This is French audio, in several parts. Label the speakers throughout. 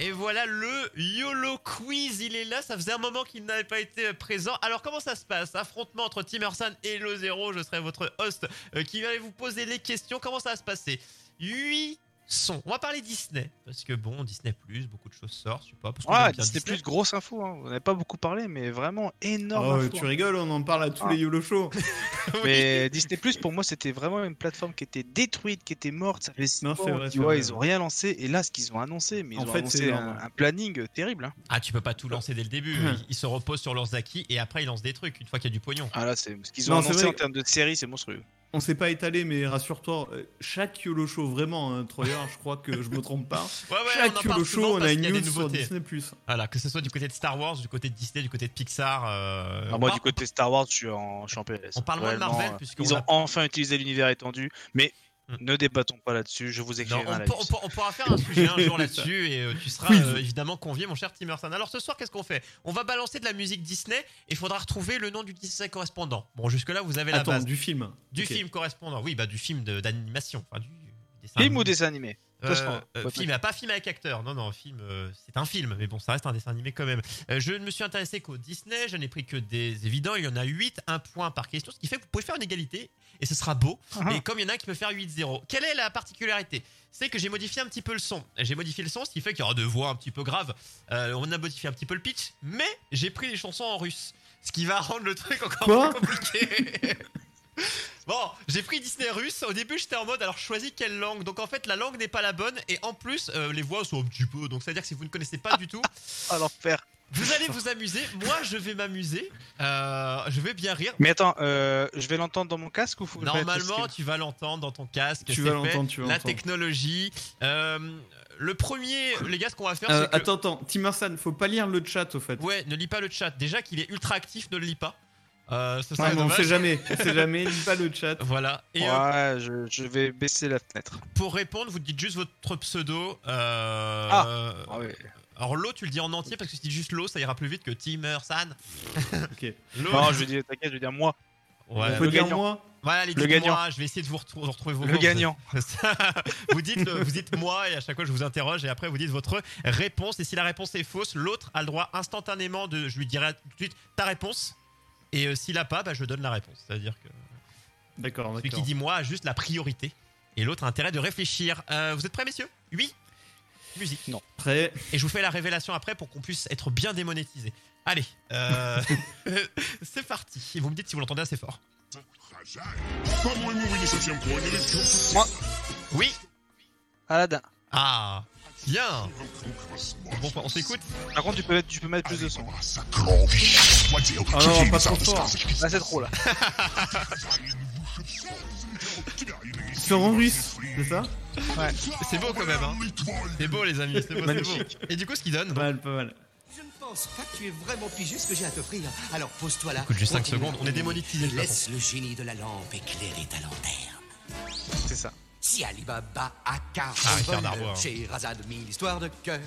Speaker 1: Et voilà le YOLO Quiz, il est là, ça faisait un moment qu'il n'avait pas été présent. Alors comment ça se passe Affrontement entre Tim Ursan et Le Zéro, je serai votre host euh, qui va vous poser les questions. Comment ça va se passer 8 sons. On va parler Disney, parce que bon, Disney+, beaucoup de choses sortent, je sais pas. Parce qu'on
Speaker 2: Ah,
Speaker 1: aime bien
Speaker 2: c'était plus grosse info, hein. on n'avait pas beaucoup parlé, mais vraiment énorme.
Speaker 3: Oh,
Speaker 2: info,
Speaker 3: tu
Speaker 2: hein.
Speaker 3: rigoles, on en parle à tous les YOLO shows.
Speaker 2: Mais Disney Plus pour moi c'était vraiment une plateforme qui était détruite, qui était morte. Ça fait six
Speaker 3: Non, c'est
Speaker 2: ans,
Speaker 3: vrai,
Speaker 2: tu
Speaker 3: c'est
Speaker 2: vois,
Speaker 3: vrai.
Speaker 2: ils ont rien lancé et là ce qu'ils ont annoncé, mais ils
Speaker 3: En
Speaker 2: ont
Speaker 3: fait, c'est
Speaker 2: annoncé un,
Speaker 3: énorme.
Speaker 2: un planning terrible. hein.
Speaker 1: Ah, tu peux pas tout lancer dès le début.
Speaker 3: Ah.
Speaker 1: Ils- Ils se reposent sur leurs acquis et après ils lancent des trucs une fois qu'il y a du pognon.
Speaker 2: Ah là c'est ce qu'ils ont
Speaker 3: Non, c'est
Speaker 2: annoncé
Speaker 3: vrai
Speaker 2: en termes de série, c'est monstrueux.
Speaker 3: On s'est pas étalé, mais rassure-toi, euh, chaque YOLO show, vraiment, hein, Troyard, je crois que je me trompe pas.
Speaker 1: Ah Ouais, ouais,
Speaker 3: chaque
Speaker 1: parle souvent
Speaker 3: YOLO show, on
Speaker 1: parce
Speaker 3: a une
Speaker 1: qu'il y
Speaker 3: news
Speaker 1: des
Speaker 3: sur
Speaker 1: nouveautés.
Speaker 3: Disney.
Speaker 1: Voilà, que ce soit du côté de Star Wars, du côté de Disney, du côté de Pixar. euh,
Speaker 2: Ah,
Speaker 1: on
Speaker 2: moi
Speaker 1: parle-
Speaker 2: du côté Star Wars je suis en, je suis en PLS.
Speaker 1: On parle moins de
Speaker 2: Réellement,
Speaker 1: Marvel,
Speaker 2: euh,
Speaker 1: puisqu'on
Speaker 2: Ils
Speaker 1: a-
Speaker 2: ont enfin utilisé l'univers étendu, mais
Speaker 1: Hmm.
Speaker 2: ne débattons pas là-dessus, je vous
Speaker 1: Non,
Speaker 2: écrirai un
Speaker 1: on,
Speaker 2: avis.
Speaker 1: pour- on pour- on pourra faire un sujet un jour là-dessus et euh, tu seras
Speaker 3: Quiz.
Speaker 1: euh, évidemment convié, mon cher Timerson. Alors ce soir, qu'est-ce qu'on fait On va balancer de la musique Disney et il faudra retrouver le nom du Disney correspondant. Bon, jusque-là, vous avez la
Speaker 3: Attends,
Speaker 1: base.
Speaker 3: du film.
Speaker 1: Du
Speaker 3: Ok.
Speaker 1: film correspondant, oui, bah du film de- d'animation. Enfin, du dessin
Speaker 2: Film
Speaker 1: animé.
Speaker 2: ou dessin animé
Speaker 1: Euh,
Speaker 2: Toscan.
Speaker 1: euh,
Speaker 2: Ouais,
Speaker 1: film, ah, pas film avec acteur, non, non, film, euh, c'est un film, mais bon, ça reste un dessin animé quand même. Euh, je ne me suis intéressé qu'au Disney, je n'ai pris que des évidents, il y en a 8, un point par question, ce qui fait que vous pouvez faire une égalité, et ce sera beau,
Speaker 2: Ah.
Speaker 1: et comme il y en a un qui peut faire 8-0, quelle est la particularité C'est que j'ai modifié un petit peu le son, j'ai modifié le son, ce qui fait qu'il y aura deux voix un petit peu graves, Euh, on a modifié un petit peu le pitch, mais j'ai pris les chansons en russe, ce qui va rendre le truc encore
Speaker 3: Quoi
Speaker 1: plus compliqué Bon, j'ai pris Disney russe. Au début, j'étais en mode alors choisis quelle langue. Donc en fait, la langue n'est pas la bonne et en plus, euh, les voix sont un petit peu. Donc c'est-à-dire que si vous ne connaissez pas du tout,
Speaker 2: Ah, l'enfer.
Speaker 1: vous allez vous amuser. Moi, je vais m'amuser. Euh, je vais bien rire.
Speaker 2: Mais attends, euh, je vais l'entendre dans mon casque ou faut que je mette le
Speaker 1: Normalement,
Speaker 2: stream
Speaker 1: tu vas l'entendre dans ton casque.
Speaker 3: Tu
Speaker 1: c'est
Speaker 3: vas
Speaker 1: fait.
Speaker 3: l'entendre, tu vas
Speaker 1: La
Speaker 3: l'entendre.
Speaker 1: technologie. Euh, le premier, les gars, ce qu'on va faire,
Speaker 3: Euh,
Speaker 1: c'est que.
Speaker 3: attends, attends, Tim Ursan, faut pas lire le chat au fait.
Speaker 1: Ouais, ne lis pas le chat. Déjà qu'il est ultra actif, ne le lis pas. Euh, ce serait
Speaker 3: Ah, non, on
Speaker 1: dommage.
Speaker 3: sait jamais, on sait jamais, lis pas le chat.
Speaker 1: Voilà. Et
Speaker 2: Ouais,
Speaker 1: euh,
Speaker 2: je, je vais baisser la fenêtre.
Speaker 1: pour répondre, vous dites juste votre pseudo. euh,
Speaker 2: Ah ouais.
Speaker 1: Alors l'eau, tu le dis en entier parce que si tu dis juste l'eau, ça ira plus vite que Timmer San.
Speaker 3: Ok.
Speaker 1: L'eau.
Speaker 2: Non, je veux dire, t'inquiète, je veux dire moi,
Speaker 1: Ouais.
Speaker 3: on peut
Speaker 2: le
Speaker 3: dire
Speaker 2: gagnant.
Speaker 3: moi
Speaker 1: Voilà, allez,
Speaker 2: Le
Speaker 1: dites-moi,
Speaker 2: gagnant.
Speaker 1: Je vais essayer de vous retrou- retrouver vos
Speaker 2: le
Speaker 1: noms.
Speaker 2: gagnant.
Speaker 1: vous dites, le- vous dites moi et à chaque fois je vous interroge et après vous dites votre réponse et si la réponse est fausse, l'autre a le droit instantanément de, je lui dirai tout de suite ta réponse et euh, s'il a pas, bah, je donne la réponse. C'est-à-dire que
Speaker 3: D'accord,
Speaker 1: celui qui
Speaker 3: d'accord.
Speaker 1: dit moi a juste la priorité et l'autre a intérêt de réfléchir. Euh, vous êtes prêts messieurs Oui. Musique.
Speaker 3: Prêt
Speaker 1: Et je vous fais la révélation après pour qu'on puisse être bien démonétisé. Allez, euh, c'est parti. Et vous me dites si vous l'entendez assez fort.
Speaker 4: По-моему, вы не совсем поняли, в чем суть
Speaker 1: Oui.
Speaker 2: Aladdin.
Speaker 1: Ah, bien.
Speaker 4: вокруг вас.
Speaker 1: Bon, on s'écoute.
Speaker 2: Par contre, tu peux mettre, tu peux mettre plus de son.
Speaker 4: Алибаба, сокровища, владел
Speaker 3: Ah non,
Speaker 4: чужими
Speaker 3: pas trop
Speaker 4: замыслами
Speaker 3: fort.
Speaker 4: сказочки.
Speaker 2: Là, c'est trop là.
Speaker 4: Хозяин высших сил взял тебя и навестил
Speaker 3: C'est en
Speaker 4: на
Speaker 3: russe,
Speaker 4: Сицилии.
Speaker 3: c'est ça
Speaker 1: C'est beau quand même. Hein.
Speaker 4: Равный твой.
Speaker 1: C'est beau les amis. C'est beau, c'est
Speaker 3: Magnifique.
Speaker 1: beau. Et du coup, ce qu'il donne.
Speaker 3: Pas
Speaker 2: Ah
Speaker 1: donc,
Speaker 3: mal, pas mal.
Speaker 5: Je ne pense pas que tu aies vraiment pigé ce que j'ai à t'offrir. Alors pose-toi là.
Speaker 1: Écoute, j'ai 5
Speaker 5: Continue.
Speaker 1: secondes. On est démonétisé. de toute façon.
Speaker 5: Laisse le génie de la lampe éclairer ta lanterne.
Speaker 2: C'est ça.
Speaker 5: Si Alibaba a
Speaker 1: Ah, Ricard
Speaker 5: 40
Speaker 1: Darbois, hein.
Speaker 5: chez Razad mille histoires de cœur.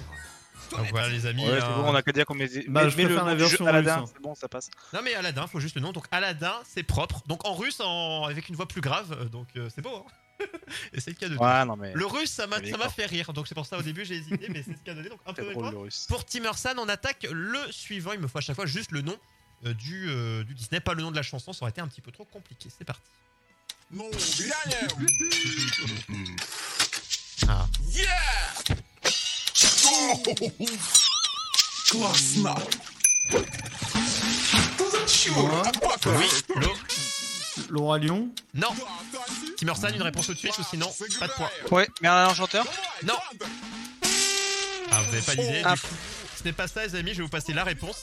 Speaker 5: Toi,
Speaker 1: Donc voilà les amis.
Speaker 2: bah, Ouais, c'est
Speaker 1: euh,
Speaker 2: bon, on a qu'à dire qu'on met,
Speaker 3: Bah,
Speaker 2: met-
Speaker 3: je
Speaker 2: met
Speaker 3: préfère
Speaker 2: nom
Speaker 3: la
Speaker 2: du jeu
Speaker 3: version
Speaker 2: Aladdin,
Speaker 3: russe, hein.
Speaker 2: c'est bon, ça passe.
Speaker 1: Non mais Aladdin, faut juste le nom. Donc Aladdin, c'est propre. Donc en russe, en... avec une voix plus grave. euh, Donc euh, c'est beau. hein. Et c'est le cas de.
Speaker 2: Ouais, non mais
Speaker 1: Le russe, ça m'a
Speaker 2: Mais
Speaker 1: ça m'a
Speaker 2: d'accord.
Speaker 1: fait rire. Donc c'est pour ça au début j'ai hésité, mais c'est ce qu'il a donné. Donc un peu
Speaker 2: c'est
Speaker 1: avec
Speaker 2: drôle
Speaker 1: moi.
Speaker 2: le russe.
Speaker 1: Pour Timersan, on attaque le suivant. Il me faut à chaque fois juste le nom euh, du, euh, du Disney, pas le nom de la chanson. Ça aurait été un petit peu trop compliqué. C'est parti.
Speaker 4: Ну, глянем.
Speaker 1: Ah.
Speaker 4: Yeah! О, Классно! Что за
Speaker 3: Moi
Speaker 4: чёрт, папа?
Speaker 1: Oui, l'eau.
Speaker 3: Laura Lyon
Speaker 1: Non.
Speaker 4: Да, отойди.
Speaker 1: Timersan, une réponse tout de suite ou sinon pas de points.
Speaker 2: Ouais, Merlin l'enchanteur
Speaker 4: Давай,
Speaker 1: Non.
Speaker 4: надо.
Speaker 1: Ah, vous avez pas l'idée.
Speaker 2: Ah.
Speaker 1: du coup. Ce n'est pas ça, les amis. Je vais vous passer la réponse.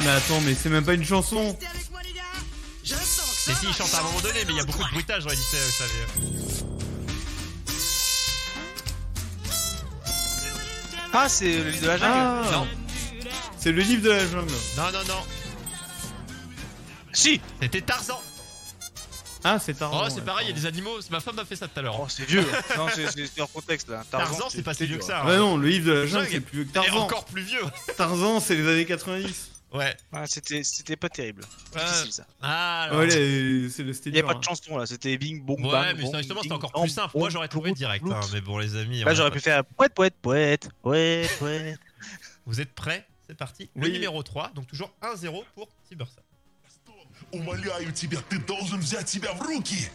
Speaker 3: Mais attends, mais c'est même pas une chanson
Speaker 1: Et si, il chante à un moment donné, mais il y a beaucoup de bruitage dans les Disney, vous savez.
Speaker 2: Ah, c'est le livre de la jungle
Speaker 3: Ah
Speaker 1: Non.
Speaker 3: C'est le livre de la jungle.
Speaker 1: Non, non, non.
Speaker 2: Si
Speaker 1: C'était Tarzan.
Speaker 3: Ah, c'est Tarzan.
Speaker 1: Oh, c'est
Speaker 3: ouais,
Speaker 1: pareil, il y a
Speaker 3: pardon.
Speaker 1: des animaux. Ma femme m'a fait ça tout à l'heure.
Speaker 2: Oh, c'est vieux Non, c'est- c'est c'est hors contexte là.
Speaker 1: Tarzan, c'est pas si vieux que ça.
Speaker 2: Bah
Speaker 3: Ouais,
Speaker 1: hein.
Speaker 3: Bah non, le livre de la jungle,
Speaker 1: Jungle.
Speaker 3: c'est plus vieux que
Speaker 1: Et
Speaker 3: Tarzan.
Speaker 1: encore plus vieux.
Speaker 3: Tarzan, c'est les années 90.
Speaker 1: Ouais.
Speaker 2: Ah, C'était c'était pas terrible.
Speaker 1: Ouais.
Speaker 2: Difficile ça.
Speaker 1: Ah, alors.
Speaker 3: Ouais, les- c'est le
Speaker 2: Il
Speaker 3: style. hein.
Speaker 2: n'y a pas de chanson là, c'était bing bong bang.
Speaker 1: Ouais, mais
Speaker 2: bong,
Speaker 1: justement, c'était
Speaker 2: bing,
Speaker 1: encore
Speaker 2: bang,
Speaker 1: plus simple. Moi,
Speaker 2: bong,
Speaker 1: j'aurais trouvé
Speaker 2: blouc,
Speaker 1: direct.
Speaker 2: blouc.
Speaker 1: hein, mais bon, les amis.
Speaker 2: Là,
Speaker 1: on-
Speaker 2: j'aurais pu faire poète, poète, poète, poète, poète.
Speaker 1: Vous êtes prêts C'est parti. Le
Speaker 3: Oui.
Speaker 1: numéro 3, donc toujours 1-0 pour Tibersa.
Speaker 4: Умоляю тебя, ты должен взять себя в руки.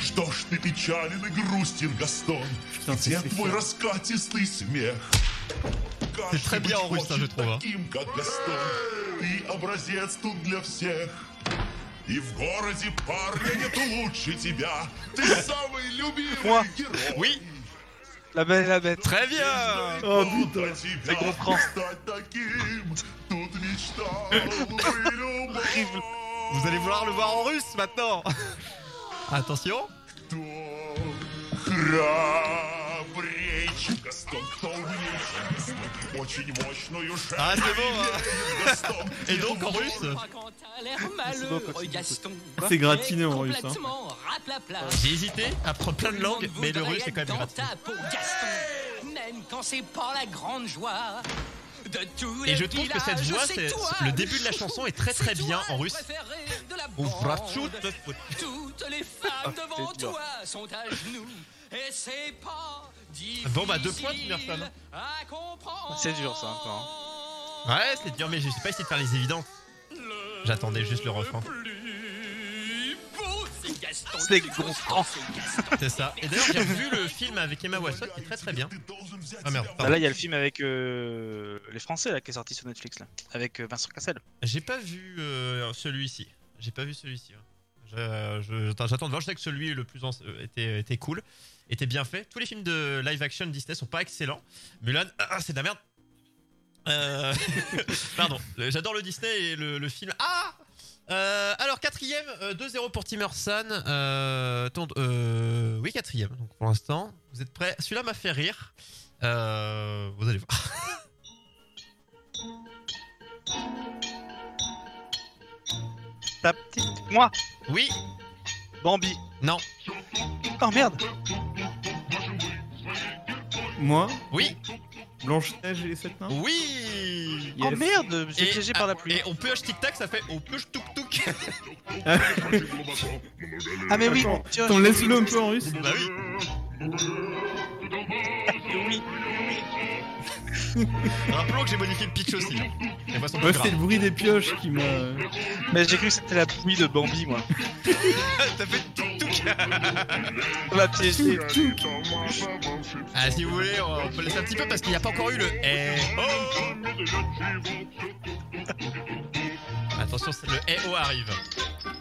Speaker 4: Что ж ты печален и грустен, Гастон?
Speaker 3: Putain, c'est
Speaker 4: Где твой
Speaker 3: spécial.
Speaker 4: раскатистый смех?
Speaker 1: très
Speaker 4: Каждый быть
Speaker 1: bien en russe, ça, je
Speaker 4: хочет
Speaker 1: trouve, hein.
Speaker 4: таким, как Гастон. Ты образец тут для всех. И в городе парня нет лучше тебя. Ты самый
Speaker 2: Moi.
Speaker 4: любимый герой.
Speaker 1: Oui.
Speaker 2: La belle, la bête.
Speaker 1: Très bien
Speaker 3: Oh,
Speaker 4: Кто-то тебя
Speaker 2: gros franc.
Speaker 4: стать таким. Тут мечтал бы любой.
Speaker 1: Vous allez vouloir le voir en russe maintenant Attention
Speaker 4: Кто храбрее, чем Гастон, кто умнее, чем Гастон, очень мощную шею
Speaker 1: Ah, c'est bon hein.
Speaker 4: имеет Гастон.
Speaker 1: Et donc en russe
Speaker 6: Quand t'as l'air malheureux, Gaston.
Speaker 3: C'est gratiné en russe. Hein.
Speaker 6: Complètement raplapla.
Speaker 1: J'ai hésité à prendre plein de langues,
Speaker 6: Tout
Speaker 1: mais le
Speaker 6: monde
Speaker 1: russe c'est quand
Speaker 6: voudrait
Speaker 1: même
Speaker 6: être dans
Speaker 1: gratuit.
Speaker 6: ta peau, Gaston. Même quand c'est pas la grande joie de tous
Speaker 1: Et
Speaker 6: les
Speaker 1: je trouve que cette
Speaker 6: villages,
Speaker 1: voix,
Speaker 6: c'est
Speaker 1: c'est
Speaker 6: toi.
Speaker 1: le début de la chanson est très
Speaker 6: C'est
Speaker 1: très
Speaker 6: toi
Speaker 1: bien en
Speaker 6: le
Speaker 1: russe.
Speaker 6: préféré de la
Speaker 1: Ou
Speaker 6: bande.
Speaker 1: Vratchout.
Speaker 6: Toutes les femmes
Speaker 2: Ah,
Speaker 6: devant
Speaker 2: c'est dur.
Speaker 6: toi sont à genoux. Et c'est pas difficile
Speaker 1: Bon, bah, deux points, Merton.
Speaker 6: à comprendre.
Speaker 2: C'est dur, ça, encore,
Speaker 1: Ouais, c'est dur, mais j'ai pas essayé de faire les évidentes. J'attendais juste le refrain.
Speaker 6: plus beau, c'est Gaston.
Speaker 2: C'est
Speaker 6: Tu
Speaker 2: Gaston.
Speaker 6: vois, c'est Gaston.
Speaker 1: C'est ça. Et d'ailleurs, j'ai vu le film avec Emma Watson qui est très très bien.
Speaker 4: Ты должен взять
Speaker 1: Ah, merde,
Speaker 4: себя в
Speaker 2: Bah, là, il y a le film avec euh, les Français là, qui est sorti sur Netflix, là, avec euh, Vincent Cassel.
Speaker 1: J'ai pas vu euh, celui-ci. J'ai pas vu celui-ci. ouais. Je- je- J'attends j'attends de voir. Je sais que celui le plus ancien était, était cool, était bien fait. Tous les films de live action Disney sont pas excellents. Mulan, ah, ah, c'est de la merde. Euh, Pardon, Le- j'adore le Disney et le, le film. Ah Euh, alors, quatrième, euh, 2-0 pour Tim Ursan. Euh, ton- euh, oui, quatrième, donc pour l'instant. Vous êtes prêts Celui-là m'a fait rire. Euh, vous allez voir.
Speaker 2: Ta petite, moi,
Speaker 1: Oui,
Speaker 2: Bambi.
Speaker 1: non,
Speaker 2: Oh merde,
Speaker 3: Moi,
Speaker 1: oui,
Speaker 3: Blanche-Neige et les sept nains
Speaker 1: oui
Speaker 2: oh merde, je suis piégé par la pluie.
Speaker 1: Et on pioche tic-tac, ça fait on pioche tuk-tuk.
Speaker 2: Ah mais oui,
Speaker 3: Attends,
Speaker 2: tiens,
Speaker 3: attends,
Speaker 2: je-
Speaker 3: laisse-le un peu en russe.
Speaker 1: bah oui. Rappelons que j'ai modifié le pitch aussi. hein. Et moi, son plus
Speaker 3: Ouais, c'est
Speaker 1: grave.
Speaker 3: le bruit des pioches qui m'a.
Speaker 2: Mais j'ai cru que c'était la pluie de Bambi, moi.
Speaker 1: T'as fait tuk-tuk.
Speaker 2: On m'a piégé.
Speaker 1: Ah, si vous voulez, on on peut laisser un petit peu parce qu'il n'y a pas encore eu le. Eh oh Attention, c'est le eh oh arrive.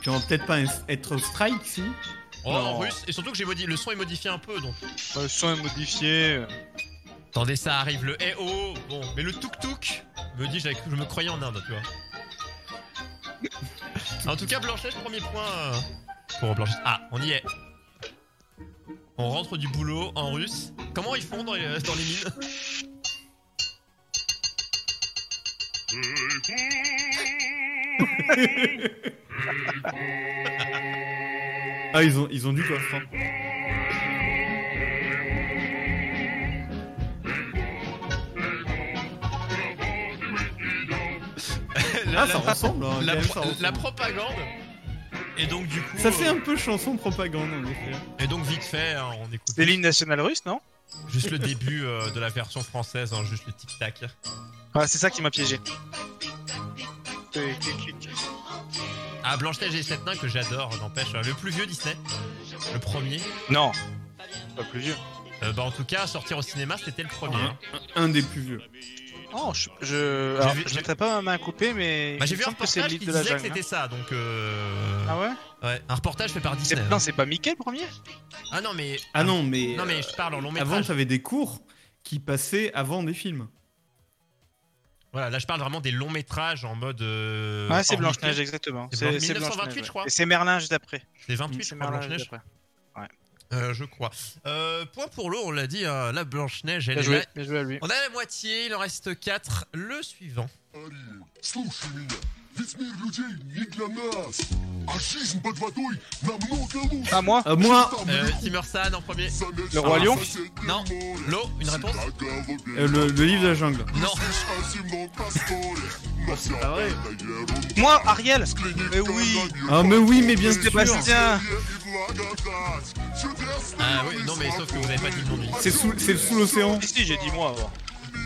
Speaker 3: Tu vas peut-être pas être au strike, si
Speaker 1: Oh,
Speaker 2: Non.
Speaker 1: en russe. Et surtout que j'ai modifié le son est modifié un peu donc.
Speaker 2: Le son est modifié.
Speaker 1: Attendez, ça arrive le eh oh. Bon, mais le tuk-tuk me dit, j'avais cru- je me croyais en Inde, tu vois. en tout cas, Blanchette, premier point euh, pour Blanchette. Ah, on y est. On rentre du boulot en russe. Comment ils font dans les, dans les mines
Speaker 3: Ah, ils ont, ils ont du coffre. hein.
Speaker 1: la,
Speaker 3: Ah, ça ressemble. hein,
Speaker 1: la-
Speaker 3: quand même, ça,
Speaker 1: la-
Speaker 3: ressemble.
Speaker 1: la propagande. Et donc, du coup.
Speaker 3: Ça fait
Speaker 1: euh,
Speaker 3: un peu chanson propagande, en effet.
Speaker 1: Et donc, vite fait, hein, on écoute
Speaker 2: C'est l'hymne national russe, non
Speaker 1: juste le début euh, de la version française, hein, juste le tic-tac.
Speaker 2: Ah, c'est ça qui m'a piégé.
Speaker 1: Ah, Blanche-Neige et 7 nains que j'adore, n'empêche. euh, Le plus vieux Disney. Le premier.
Speaker 2: Non, pas plus vieux.
Speaker 1: Euh, bah, en tout cas, sortir au cinéma, c'était le premier. hein.
Speaker 3: Un des plus vieux.
Speaker 2: Oh, je, je, alors,
Speaker 1: vu-
Speaker 2: je
Speaker 1: j'ai-
Speaker 2: mettrais pas ma main à couper, mais.
Speaker 1: Bah, j'ai
Speaker 2: il
Speaker 1: vu
Speaker 2: me
Speaker 1: un
Speaker 2: semble que c'est le
Speaker 1: reportage qui
Speaker 2: livre de la
Speaker 1: disait que
Speaker 2: jungle.
Speaker 1: c'était ça, donc euh...
Speaker 2: hein. Ah ouais
Speaker 1: ouais, un reportage fait par
Speaker 2: C'est-
Speaker 1: Disney. hein.
Speaker 2: Non, c'est pas Mickey le premier
Speaker 1: Ah non mais
Speaker 3: Ah non, mais.
Speaker 1: non mais je parle en long
Speaker 3: euh, avant,
Speaker 1: métrage.
Speaker 3: j'avais des cours qui passaient avant des films.
Speaker 1: Voilà, là je parle vraiment des longs métrages en mode. euh,
Speaker 2: Ah, c'est
Speaker 1: hors
Speaker 2: Blanche-Neige,
Speaker 1: Mickey.
Speaker 2: exactement.
Speaker 1: C'est Blanche-
Speaker 2: C'est c'est
Speaker 1: 1928,
Speaker 2: Blanche-Neige.
Speaker 1: je crois.
Speaker 2: ouais. Et c'est Merlin juste après.
Speaker 1: C'est 28
Speaker 2: C'est
Speaker 1: je crois
Speaker 2: Merlin
Speaker 1: Blanche
Speaker 2: juste
Speaker 1: Neige.
Speaker 2: après. Ouais.
Speaker 1: Euh, je crois. Euh, point pour l'eau, on l'a dit, hein, la Blanche-Neige, elle
Speaker 2: Bien
Speaker 1: est
Speaker 2: joué,
Speaker 1: là.
Speaker 2: bien joué à lui.
Speaker 1: On a la moitié, il en reste 4. Le suivant.
Speaker 4: Ариэль, слушай меня, ведь мир людей не для нас, а жизнь под водой намного лучше.
Speaker 1: Ah,
Speaker 2: À moi
Speaker 3: Euh, moi,
Speaker 4: Там
Speaker 1: Euh,
Speaker 4: вверху
Speaker 1: Timursan en premier.
Speaker 4: заметь
Speaker 2: Le Roi
Speaker 4: на
Speaker 2: Lion
Speaker 4: соседнем
Speaker 1: Non.
Speaker 4: море
Speaker 1: L'eau, une réponse
Speaker 4: всегда голубей.
Speaker 3: euh, le, le livre de la jungle.
Speaker 1: Non.
Speaker 2: Ah,
Speaker 4: Мыслишь о земном просторе, но всё
Speaker 3: Ah ouais.
Speaker 4: это ерунда.
Speaker 2: Moi, Ariel
Speaker 4: Взгляни
Speaker 2: Mais
Speaker 4: в
Speaker 2: oui.
Speaker 4: коронавирус.
Speaker 3: Ah, mais oui, mais bien
Speaker 4: Веселье
Speaker 3: sûr.
Speaker 2: Sébastien.
Speaker 4: и благодать. Чудесный
Speaker 1: Ah oui,
Speaker 4: новый
Speaker 1: non, mais sauf que vous avez pas dit mon nom.
Speaker 3: C'est sous, c'est sous l'océan.
Speaker 2: Si, si, j'ai dit moi avant.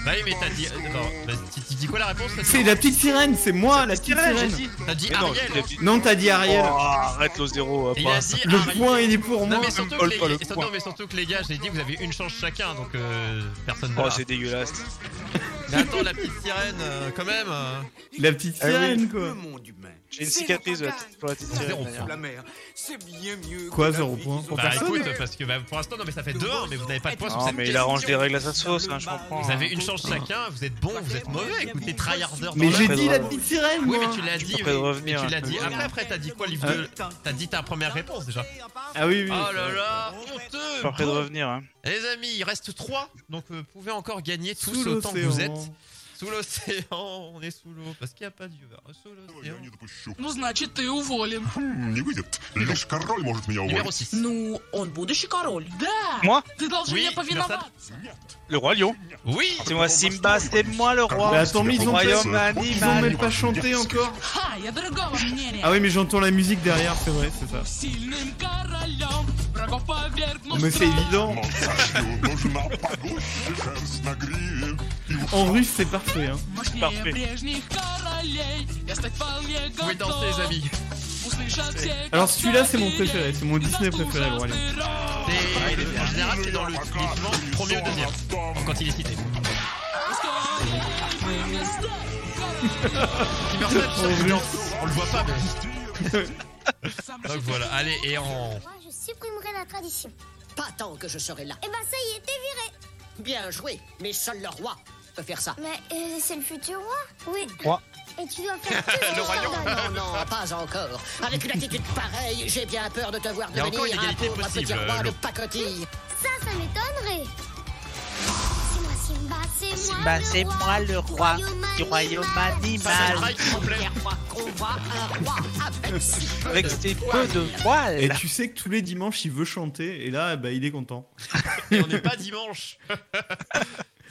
Speaker 1: Bah oui, mais t'as dit. Attends, vas-y, tu- tu dis quoi la réponse là,
Speaker 3: C'est la petite sirène, c'est moi, la petite
Speaker 2: J'ai
Speaker 3: sirène.
Speaker 2: dit.
Speaker 1: T'as dit
Speaker 2: Mais non,
Speaker 1: Ariel. hein.
Speaker 2: j'ai dit-
Speaker 3: Non, t'as dit
Speaker 2: Oh,
Speaker 3: Ariel.
Speaker 2: arrête le zéro. euh,
Speaker 1: Il
Speaker 2: pas
Speaker 1: a
Speaker 2: ça.
Speaker 1: dit
Speaker 3: Le
Speaker 1: Ariel.
Speaker 3: point, il est pour
Speaker 1: Non
Speaker 3: moi.
Speaker 1: mais surtout,
Speaker 2: me
Speaker 1: que
Speaker 2: colle pas
Speaker 1: les,
Speaker 2: le
Speaker 1: surtout-
Speaker 2: point.
Speaker 1: mais surtout que les gars, j'ai dit vous avez une chance chacun, donc euh, personne ne
Speaker 2: Oh,
Speaker 1: l'a.
Speaker 2: c'est dégueulasse.
Speaker 1: Mais attends, la petite sirène, euh, quand même. euh.
Speaker 3: La petite
Speaker 6: Ah
Speaker 3: sirène,
Speaker 5: Le
Speaker 3: quoi.
Speaker 5: monde humain.
Speaker 2: J'ai une
Speaker 5: c'est
Speaker 2: cicatrice de la
Speaker 5: caca.
Speaker 2: petite, pour la petite sirène,
Speaker 1: Zéro
Speaker 2: d'ailleurs.
Speaker 5: La mer, c'est bien mieux.
Speaker 3: Quoi,
Speaker 5: que la
Speaker 3: zéro
Speaker 5: vie
Speaker 3: point
Speaker 5: qu'ils
Speaker 3: Pour
Speaker 5: ont
Speaker 1: Bah
Speaker 3: personne
Speaker 5: menée.
Speaker 1: écoute, parce que bah, pour l'instant, non mais ça fait deux, hein, mais vous n'avez pas de points sur
Speaker 2: Non,
Speaker 1: cette
Speaker 2: mais il
Speaker 1: question.
Speaker 2: arrange des règles à sa sauce, hein, je comprends.
Speaker 1: Vous avez une chance chacun, vous êtes bon, vous êtes mauvais, écoutez, tryharders.
Speaker 3: Mais
Speaker 1: dans
Speaker 3: j'ai
Speaker 1: l'âme.
Speaker 3: dit la petite sirène,
Speaker 1: Oui,
Speaker 3: moi.
Speaker 1: mais tu l'as dit,
Speaker 2: peux
Speaker 1: mais,
Speaker 2: pas revenir, Euh,
Speaker 1: mais tu l'as
Speaker 2: hein.
Speaker 1: dit. Après, après, t'as dit quoi, livre de. T'as dit ta première réponse déjà.
Speaker 3: Ah oui, oui.
Speaker 1: Oh là là, honteux
Speaker 2: Pas près de
Speaker 1: Bon,
Speaker 2: revenir, hein.
Speaker 1: Les amis, il reste 3, donc vous pouvez encore gagner
Speaker 3: Sous
Speaker 1: tous autant que vous
Speaker 3: l'océan.
Speaker 1: êtes. Sous l'océan, on est sous l'eau, parce qu'il n'y a pas de Dieu. Sous l'océan.
Speaker 4: Я не допущу.
Speaker 7: Ну, значит, ты уволен.
Speaker 4: Хм, Не выйдет. Лишь король может меня
Speaker 1: Numéro
Speaker 4: уволить.
Speaker 1: 6.
Speaker 7: Ну, он будущий король. Да.
Speaker 2: Moi
Speaker 7: Ты должен
Speaker 1: Oui,
Speaker 7: мне повиноваться.
Speaker 1: Мерсад.
Speaker 2: Le roi lion.
Speaker 1: Oui
Speaker 2: C'est moi Simba, c'est moi le
Speaker 3: Mais
Speaker 2: roi.
Speaker 3: attends, mais ils ont,
Speaker 2: Royaume
Speaker 3: peut-être- ils ont
Speaker 2: animal.
Speaker 3: même pas chanté encore.
Speaker 7: Ха, я другого мнения.
Speaker 3: Ah oui, mais j'entends la musique derrière, c'est vrai, c'est ça.
Speaker 7: Сильным королем врагов
Speaker 3: Oh,
Speaker 7: повергнут
Speaker 3: mais c'est
Speaker 7: страх.
Speaker 3: évident.
Speaker 4: Монсажу нужна погуще шерсть на гриве. И уж
Speaker 3: En russe, c'est parfait. Hein.
Speaker 7: Мощнее
Speaker 2: Parfait.
Speaker 7: прежних королей Я стать вполне
Speaker 1: Ah, Vous
Speaker 7: готов
Speaker 1: pouvez danser, Hein les amis.
Speaker 7: Услышат все,
Speaker 3: Alors
Speaker 7: как
Speaker 3: celui-là, c'est mon
Speaker 7: забили
Speaker 3: préféré, c'est mon Disney
Speaker 7: этот
Speaker 3: préféré, le Roi Lion.
Speaker 7: ужасный рок.
Speaker 1: Ah, Et le- en général, c'est dans le classement premier ou deuxième, quand il est cité.
Speaker 7: Скорее бы мне стать
Speaker 1: Timberson, tu sais, il danse. on le voit pas, mais. Donc voilà, allez, et en.
Speaker 8: Moi, je supprimerai la tradition.
Speaker 9: Pas tant que je serai là.
Speaker 8: Eh ben, ça y est, t'es viré.
Speaker 9: Bien joué, mais seul le roi peut faire ça.
Speaker 8: Mais euh, c'est le futur roi. Oui.
Speaker 2: Roi.
Speaker 8: Et tu dois faire tout le
Speaker 9: Non, non, Ah, pas encore. Avec une attitude pareille, j'ai bien peur de te voir
Speaker 1: Il y a encore une
Speaker 9: devenir un
Speaker 1: égalité
Speaker 9: pauvre
Speaker 1: possible,
Speaker 9: petit
Speaker 1: euh,
Speaker 9: roi de
Speaker 1: Lo.
Speaker 9: pacotille.
Speaker 8: Ça, ça m'étonnerait. C'est moi, Simba, c'est moi.
Speaker 2: Simba,
Speaker 8: le
Speaker 2: c'est moi
Speaker 8: roi
Speaker 2: le roi du royaume
Speaker 9: C'est
Speaker 1: Ah,
Speaker 2: animal.
Speaker 9: le
Speaker 1: Mike, s'il vous plaît.
Speaker 9: premier roi qu'on voit un roi avec six
Speaker 2: Avec ses peu de
Speaker 3: Et
Speaker 2: poils.
Speaker 3: tu sais que tous les dimanches, il veut chanter, et là, bah, il est content.
Speaker 1: Et on n'est pas dimanche.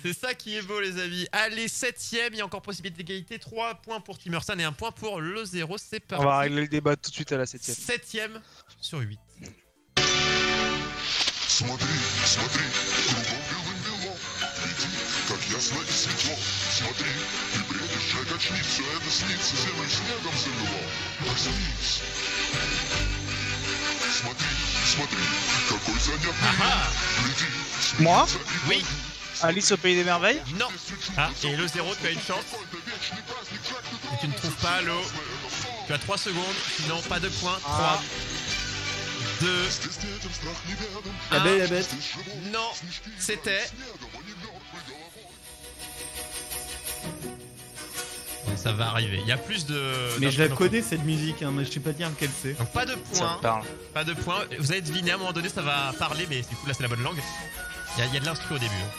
Speaker 1: C'est ça qui est beau, les amis. Allez, septième, il y a encore possibilité d'égalité. 3 points pour Timursan et 1 point pour le 0. C'est
Speaker 2: On va
Speaker 1: parti.
Speaker 2: régler le débat tout de suite à la septième.
Speaker 1: Septième sur 8.
Speaker 4: Смотри, смотри, кругом белым-бело. Иди, как ясно и светло. Смотри, ты бредишь, а качни, все это снится, землю снегом замело. Проснись. Смотри, смотри, какой занятный
Speaker 1: Ah
Speaker 4: мир. Гляди,
Speaker 2: Moi
Speaker 4: смеется и
Speaker 1: Oui
Speaker 2: Alice au pays des merveilles
Speaker 1: Non Ah, et le 0, tu as une chance. Et tu ne trouves pas l'eau. Tu as 3 secondes, sinon pas de points. 3, 2,
Speaker 4: Естественно, этим страх не ведом.
Speaker 3: La belle et la bête.
Speaker 4: Ты живой,
Speaker 1: non,
Speaker 4: снежки и
Speaker 1: c'était...
Speaker 4: снегом, а не мёртвой головой.
Speaker 1: Ça va arriver. Il y a plus de...
Speaker 3: Mais
Speaker 1: d'un
Speaker 3: je la
Speaker 1: point.
Speaker 3: connais cette musique, hein, mais je sais pas dire lequel c'est.
Speaker 1: Donc pas de
Speaker 2: Ça
Speaker 1: points.
Speaker 2: me parle.
Speaker 1: Pas de points. Vous allez deviner, à un moment donné, ça va parler, mais du coup, là, c'est la bonne langue. Il y a, il y a de l'instru au début. hein.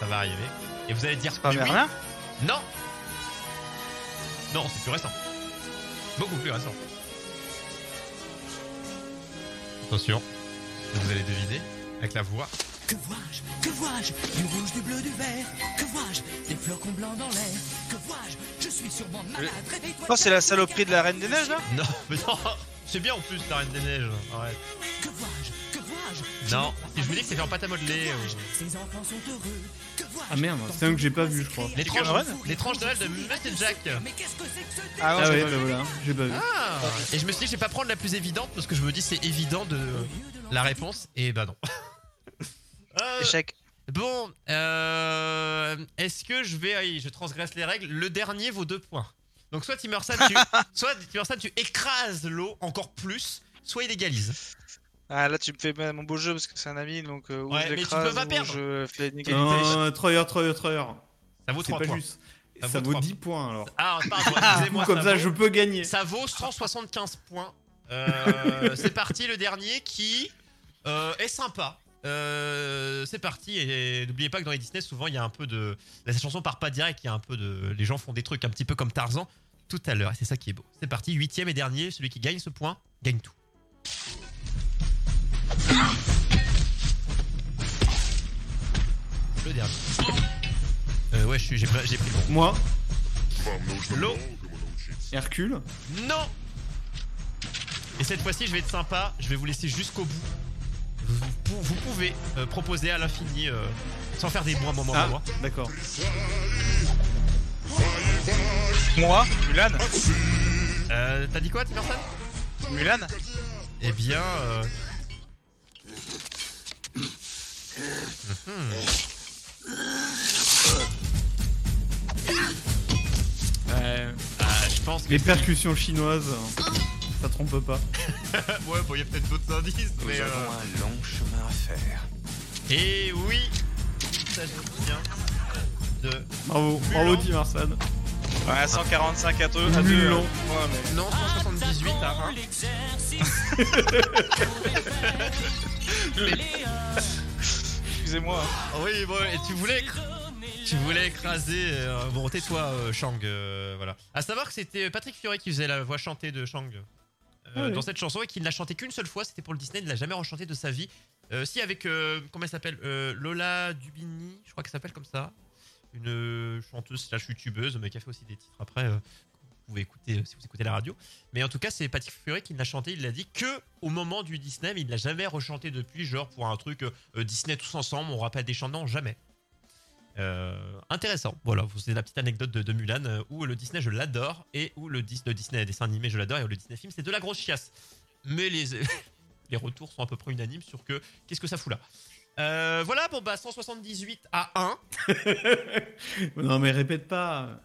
Speaker 1: Ça va arriver. Et vous allez dire
Speaker 2: Pas
Speaker 3: Ah,
Speaker 1: oui.
Speaker 2: Merlin
Speaker 1: Non Non, c'est plus récent. Beaucoup plus récent. Attention. Vous allez deviner avec la voix.
Speaker 6: Que vois-je Que vois-je Du rouge, du bleu, du vert. Que vois-je Des flocons blancs dans
Speaker 7: э,
Speaker 6: l'air. Que vois-je Je suis sûrement malade. Réveille-toi.
Speaker 2: Oh, c'est la saloperie de la Reine des Neiges là
Speaker 1: Non, mais non C'est bien en plus, la Reine des Neiges. Arrête.
Speaker 6: Que vois-je Que vois-je
Speaker 1: Non, si je vous dis que c'est fait en pâte à modeler.
Speaker 6: Que vois-je
Speaker 1: euh,
Speaker 6: Ces enfants sont heureux. Que vois-je
Speaker 3: Ah merde, c'est un que j'ai pas vu, je crois.
Speaker 1: L'étrange
Speaker 2: Noël
Speaker 1: l'étrange Noël de Monsieur Jack.
Speaker 6: Mais qu'est-ce que c'est que ce
Speaker 2: Ah non,
Speaker 3: Ah ouais,
Speaker 2: j'ai pas
Speaker 3: bah
Speaker 2: vu.
Speaker 3: voilà, j'ai pas vu.
Speaker 1: Ah Et je me suis dit, je vais pas prendre la plus évidente parce que je me dis, c'est évident de la réponse. Et bah non. Euh,
Speaker 2: Échec.
Speaker 1: Bon, euh, est-ce que je vais... aïe, Je transgresse les règles. Le dernier vaut deux points. Donc soit Timursan, tu, soit Timursan, tu écrases l'eau encore plus, soit il égalise.
Speaker 2: Ah là, tu me fais même mon beau jeu parce que c'est un ami donc euh, où
Speaker 1: Ouais,
Speaker 2: je
Speaker 1: mais tu
Speaker 2: l'écrase,
Speaker 1: peux pas
Speaker 2: où
Speaker 1: perdre. Euh.
Speaker 2: Je fais une égalité.
Speaker 3: Non, Troyer, Troyer, Troyer.
Speaker 1: Ça vaut
Speaker 3: C'est
Speaker 1: trois
Speaker 3: pas
Speaker 1: points.
Speaker 3: juste.
Speaker 1: Ça
Speaker 3: Ça
Speaker 1: vaut
Speaker 3: vaut
Speaker 1: trois
Speaker 3: 10 points alors.
Speaker 1: Ah, pardon,
Speaker 3: Du coup,
Speaker 1: excusez-moi.
Speaker 3: comme ça,
Speaker 1: vaut-
Speaker 3: je peux gagner.
Speaker 1: ça vaut 175 points. Euh, c'est parti, le dernier qui... euh, est sympa. Euh, c'est parti et, et n'oubliez pas que dans les Disney souvent il y a un peu de la chanson part pas direct il y a un peu de les gens font des trucs un petit peu comme Tarzan tout à l'heure et c'est ça qui est beau c'est parti huitième et dernier celui qui gagne ce point gagne tout le dernier Euh, ouais je suis- j'ai pris j'ai pris le bon
Speaker 3: Moi,
Speaker 1: l'eau
Speaker 3: Hercule.
Speaker 1: non Et cette fois-ci, je vais être sympa, je vais vous laisser jusqu'au bout. Vous, pou- vous pouvez euh, proposer à l'infini euh, sans faire des mois, moments,
Speaker 3: Ah,
Speaker 1: moments.
Speaker 3: d'accord.
Speaker 2: Moi, Mulan,
Speaker 1: Euh, T'as dit quoi, Timerson
Speaker 2: Mulan,
Speaker 1: Eh bien. euh,
Speaker 2: euh,
Speaker 1: ah, je pense que.
Speaker 3: Les percussions chinoises, euh, ça trompe pas.
Speaker 1: Ouais, bon, il y a peut-être d'autres indices, mais. euh,
Speaker 5: un long chemin à faire.
Speaker 1: Et oui Ça joue bien. De...
Speaker 3: Bravo, bravo Dimarsan.
Speaker 2: ouais, 145 à 2. À deux,
Speaker 3: Mulan.
Speaker 2: hein. Ouais, mais-
Speaker 1: Non, 178 à 1.
Speaker 2: Excusez-moi. hein.
Speaker 1: Oui, bon, et tu voulais, tu voulais écraser. euh, bon, tais-toi, euh, Shang. euh, voilà. À savoir que c'était Patrick Fioré qui faisait la voix chantée de Shang euh,
Speaker 3: Ah oui.
Speaker 1: dans cette chanson et qu'il ne l'a chantée qu'une seule fois. C'était pour le Disney. Il ne l'a jamais rechantée de sa vie. Euh, si avec euh, comment elle s'appelle Euh, Lola Dubini, je crois qu'elle s'appelle comme ça. Une euh, chanteuse slash youtubeuse, mais qui a fait aussi des titres après. euh, que vous pouvez écouter euh, si vous écoutez la radio. Mais en tout cas, c'est Patrick Furet qui l'a chanté. Il l'a dit que au moment du Disney, mais il l'a jamais rechanté depuis, genre pour un truc euh, Disney tous ensemble, on rappelle des chants, non, jamais. Euh, intéressant, voilà, c'est la petite anecdote de, de Mulan euh, où le Disney je l'adore et où le, Dis- le Disney dessin animé je l'adore et où le Disney film c'est de la grosse chiasse. Mais les, les retours sont à peu près unanimes sur que qu'est-ce que ça fout là. Euh, voilà, bon bah 178 à 1.
Speaker 3: non mais répète pas.